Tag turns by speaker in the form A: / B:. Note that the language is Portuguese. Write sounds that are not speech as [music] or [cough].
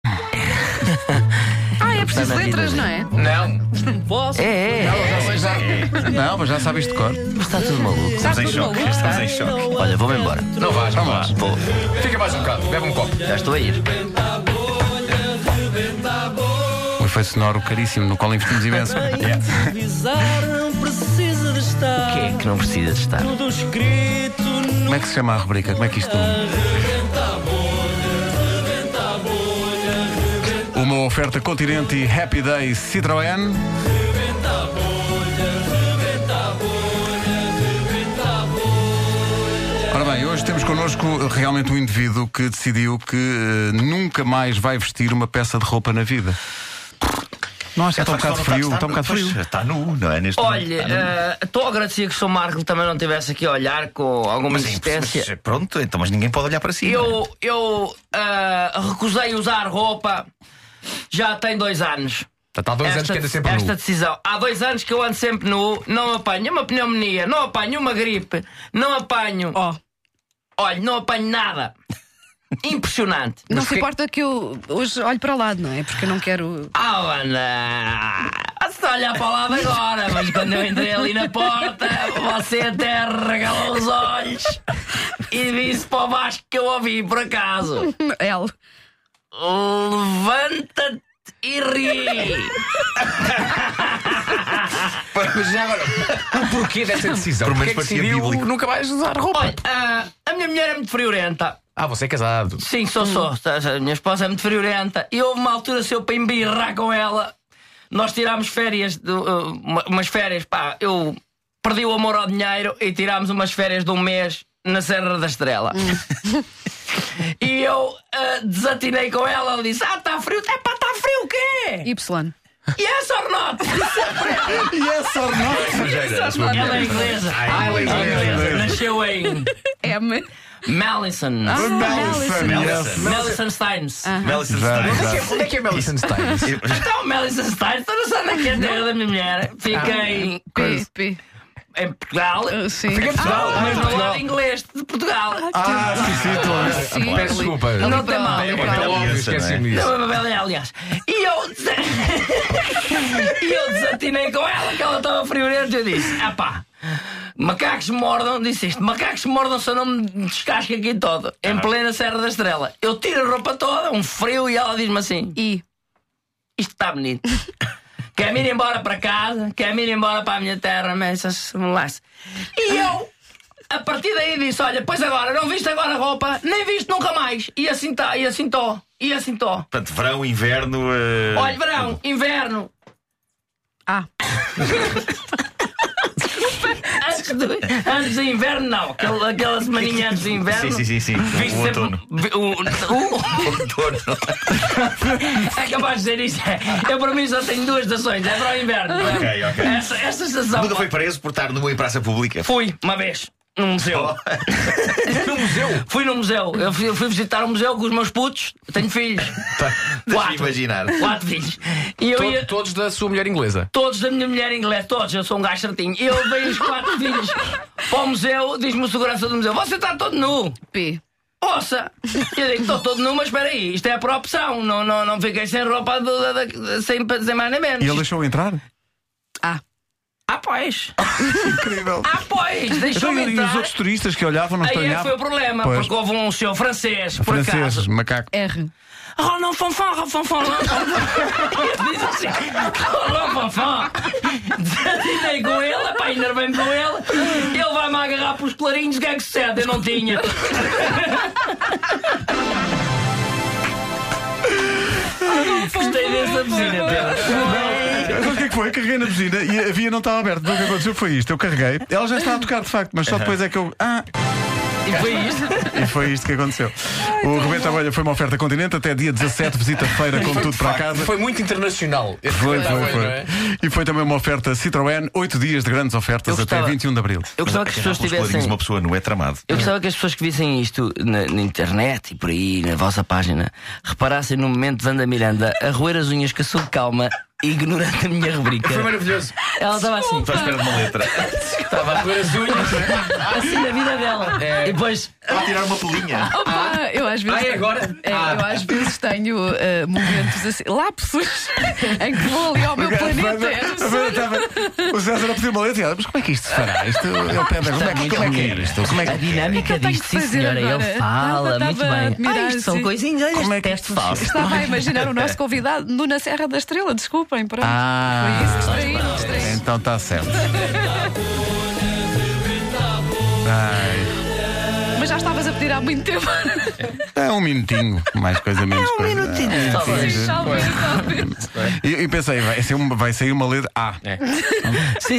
A: prestar
B: Ah, preciso
A: na vida.
B: letras, não é?
C: Não,
D: Posso?
A: É, é.
C: não, mas já, não, mas já sabes de cor.
A: Mas está tudo maluco.
B: Tá
D: Está
E: Estamos em
D: tudo
E: choque,
D: maluco?
E: estamos em choque.
A: Olha, vou-me embora.
C: Não vais, não
A: Vamos
C: vais.
A: lá. Vou.
C: Fica mais um bocado, bebe um copo.
A: Já estou a ir.
C: Um efeito sonoro caríssimo, no qual investimos imenso.
D: Avisar não precisa de estar.
A: Quem é que não precisa de estar?
D: Tudo escrito
C: Como é que se chama a rubrica? Como é que isto. Uma oferta Continente e Happy Day Citroën. Ora bem, hoje temos connosco eh, realmente um indivíduo que decidiu que eh, nunca mais vai vestir uma peça de roupa na vida. Não acha que está um bocado frio? Está um bocado frio.
E: Está nu, não é? Neste
F: Olha,
E: momento, está nu.
F: eh, estou agradecido que o Sr. Marco também não estivesse aqui a olhar com alguma
E: Mas é
F: insistência.
E: impossível. Pronto, então, mas ninguém pode olhar para cima.
F: Eu, eu ah, recusei usar roupa já tem dois anos.
E: Tá,
C: Está há dois anos que anda sempre
F: esta
C: nu.
F: decisão. Há dois anos que eu ando sempre nu, não apanho uma pneumonia, não apanho uma gripe, não apanho.
B: Ó,
F: Olha, não apanho
C: [laughs]
F: nada. Impressionante.
B: não se importa que eu hoje olhe para o lado, não é? Porque eu não quero.
F: Ah, Ana! Você está a olhar para o lado agora, mas quando eu entrei ali na porta, você até regalou os olhos e disse para o Vasco que eu ouvi por acaso:
B: L.
F: Levanta-te e ri!
C: Mas já é, agora, [laughs] o porquê dessa decisão?
E: Pelo menos
C: Porquê é
E: parecia
C: que decidiu
E: bíblico.
C: Nunca mais usar
F: Olha,
C: roupa.
F: ah, a minha mulher é muito friorenta.
C: Ah, você é casado.
F: Sim, sou, sou. A minha esposa é muito friorenta. E houve uma altura seu para embirrar com ela. Nós tirámos férias, de, uh, uma- umas férias, pá, eu perdi o amor ao dinheiro e tirámos umas férias de um mês na Serra da Estrela. [laughs] e eu uh, desatinei com ela, ela disse: Ah, está frio, é pá, está frio o quê? é
B: Y.
F: Yes or not?
C: Yes or not?
E: Sujeira, a sua
F: ela é
E: mulher.
F: inglesa.
E: Ah,
F: Ai,
E: inglesa,
F: inglesa.
C: inglesa.
F: Nasceu em
B: M.
F: Mellison.
B: Ah,
C: Melissa,
E: é Melissa.
C: yes.
F: Mellison Steins.
E: Melissa
C: Já,
E: Stein.
C: já.
E: Onde é que é Melissa Stein?
F: Então, Melissa Stein, estou na zona quenteira é da minha mulher. Fica em,
B: P. P.
F: em Portugal.
B: Ah, Sim.
C: Fica pessoal.
F: mas no lado inglês de Portugal.
C: Ah, sim, sim, estou a ver.
B: Sim.
C: Peço desculpa.
B: Ali
F: Não tem
B: para-
F: mal,
B: ali
F: é
B: para-
E: bem,
C: É óbvio, esqueci-me
F: É
C: disso.
F: uma babela, aliás. E eu. des- [laughs] e eu desatinei com ela, que ela estava friorenta. E eu disse: ah pá, macacos mordam, disse isto: macacos mordam se eu não me descasco aqui todo, em plena Serra da Estrela. Eu tiro a roupa toda, um frio, e ela diz-me assim:
B: I.
F: isto
E: [laughs]
F: está bonito. Quer-me ir embora para casa, quer-me ir embora para a minha terra, mas essas molasse. E eu, a partir daí, disse: Olha, pois agora, não viste agora roupa, nem viste nunca mais. E assim tá, e assim tô, e assim tô.
E: [laughs] Portanto, verão, inverno. eh,
F: Olha, verão, inverno.
B: A.
F: Antes do, antes do inverno, não. Aquela, aquela semaninha antes do inverno.
E: Sim, sim, sim, sim.
F: Viste
E: O
F: sempre-
E: outono.
F: vi- o- o- [laughs]
E: Outono.
F: É capaz de dizer isto. Eu para mim só tenho duas estações, é para o inverno.
E: Ok, ok.
F: Essa, essa estação.
E: Nunca foi preso por estar numa em praça pública.
F: Fui, uma vez, num museu.
C: No museu?
F: Fui no museu. Eu fui, eu fui visitar um museu com os meus putos. Tenho filhos.
E: [laughs] Deixa-me
F: Quatro.
E: imaginar.
F: Quatro filhos. E eu ia.
C: Todos da sua mulher inglesa.
F: Todos da minha mulher inglesa, todos, eu sou um gajo certinho. E eu vejo
C: [laughs]
F: os quatro filhos para o museu, diz-me o segurança do museu: Você está todo nu.
B: P.
F: Ouça! Eu digo, estou todo nu, mas espera aí, isto é para opção, não, não, não fiquei sem roupa do- da- da- sem, sem mais nem menos.
C: E ele deixou entrar?
B: A.
F: Ah, pois!
C: [laughs] Incrível.
F: Ah, pois!
C: Então,
F: Deixou-me
C: e os
F: entrar.
C: outros turistas que olhavam não
F: Aí é que foi o
C: estranhavam?
F: problema,
C: Pois.
F: porque houve um senhor francês, por
C: Franceses,
F: acaso.
C: macaco.
B: R.
F: Roland Fanfan, Roland Fanfan, Roland Fanfan. Eu disse [laughs] assim, Roland Fanfan. Desatinei com ele, epá, enervei-me com ele. Ele vai-me agarrar pelos clarinhos, o que é que sucede? Eu não tinha. Gostei dessa buzina, Pedro.
C: Sabe o que é que foi? Eu carreguei na buzina e a via não estava aberta. Então o que aconteceu foi isto. Eu carreguei. Ela já está a tocar, de facto, mas só depois é que eu. Ah!
F: E foi isto.
C: E foi isto que aconteceu. O Rebento à Bolha foi uma oferta continente. Até dia 17, visita feira, como tudo para casa.
G: Foi muito internacional. Esse
C: Foi, foi,
G: espetáculo,
C: foi.
G: não é?
C: E foi também uma oferta Citroën, 8 dias de grandes ofertas
F: Eu
C: até
F: gostava-
C: 21 de abril.
F: Eu gostava que as
E: Agarrar pelos
F: pessoas
E: peladinhos
F: tivessem.
E: uma pessoa nu é tramado.
F: Eu gostava que as pessoas que vissem isto na, na internet e por aí, na vossa página, reparassem no momento de Wanda Miranda a roer as unhas com a sua calma e ignorando a minha rubrica.
G: Foi maravilhoso.
F: Ela estava assim. [laughs]
E: Estou à espera de uma letra.
F: Estava a comer as
C: né?
F: unhas assim na vida dela.
G: É.
F: E depois.
E: Vai tirar uma pelinha.
G: Opa, eu às vezes.
F: Ai, agora?
G: É, eu às vezes tenho
B: uh,
G: eh, momentos assim, lapsos em que vou ali ao meu planeta. é absurdo.
C: O César a pedir uma letra e ela, mas como é que isto se fará? Isto eu pedro, como é que, como é que é isto? Como é
A: A
C: que
A: dinâmica
G: É que eu tenho
A: disto,
G: que
A: sim
G: fazer
A: senhora,
G: agora.
A: ele fala
G: Estava
A: muito
G: a
A: bem.
G: admirar,
A: Ah, isto são
G: sim.
A: coisinhas, olha, este
C: Como é que
A: teste falso.
G: Estava a imaginar o nosso convidado no Na Serra da Estrela, desculpem, pronto.
C: Ah,
G: Foi isso, distraí-me, distraí-me.
C: então está certo. Ai,
G: Mas já estavas a pedir há muito tempo.
C: é um minutinho, mais coisa menos
A: um
C: coisa.
A: minutinho,
C: É,
G: [laughs]
A: talvez.
C: sim, sim.
G: Talvez, talvez.
C: E e pensei, vai ser, uma, vai sair uma letra A.
F: É. Sim,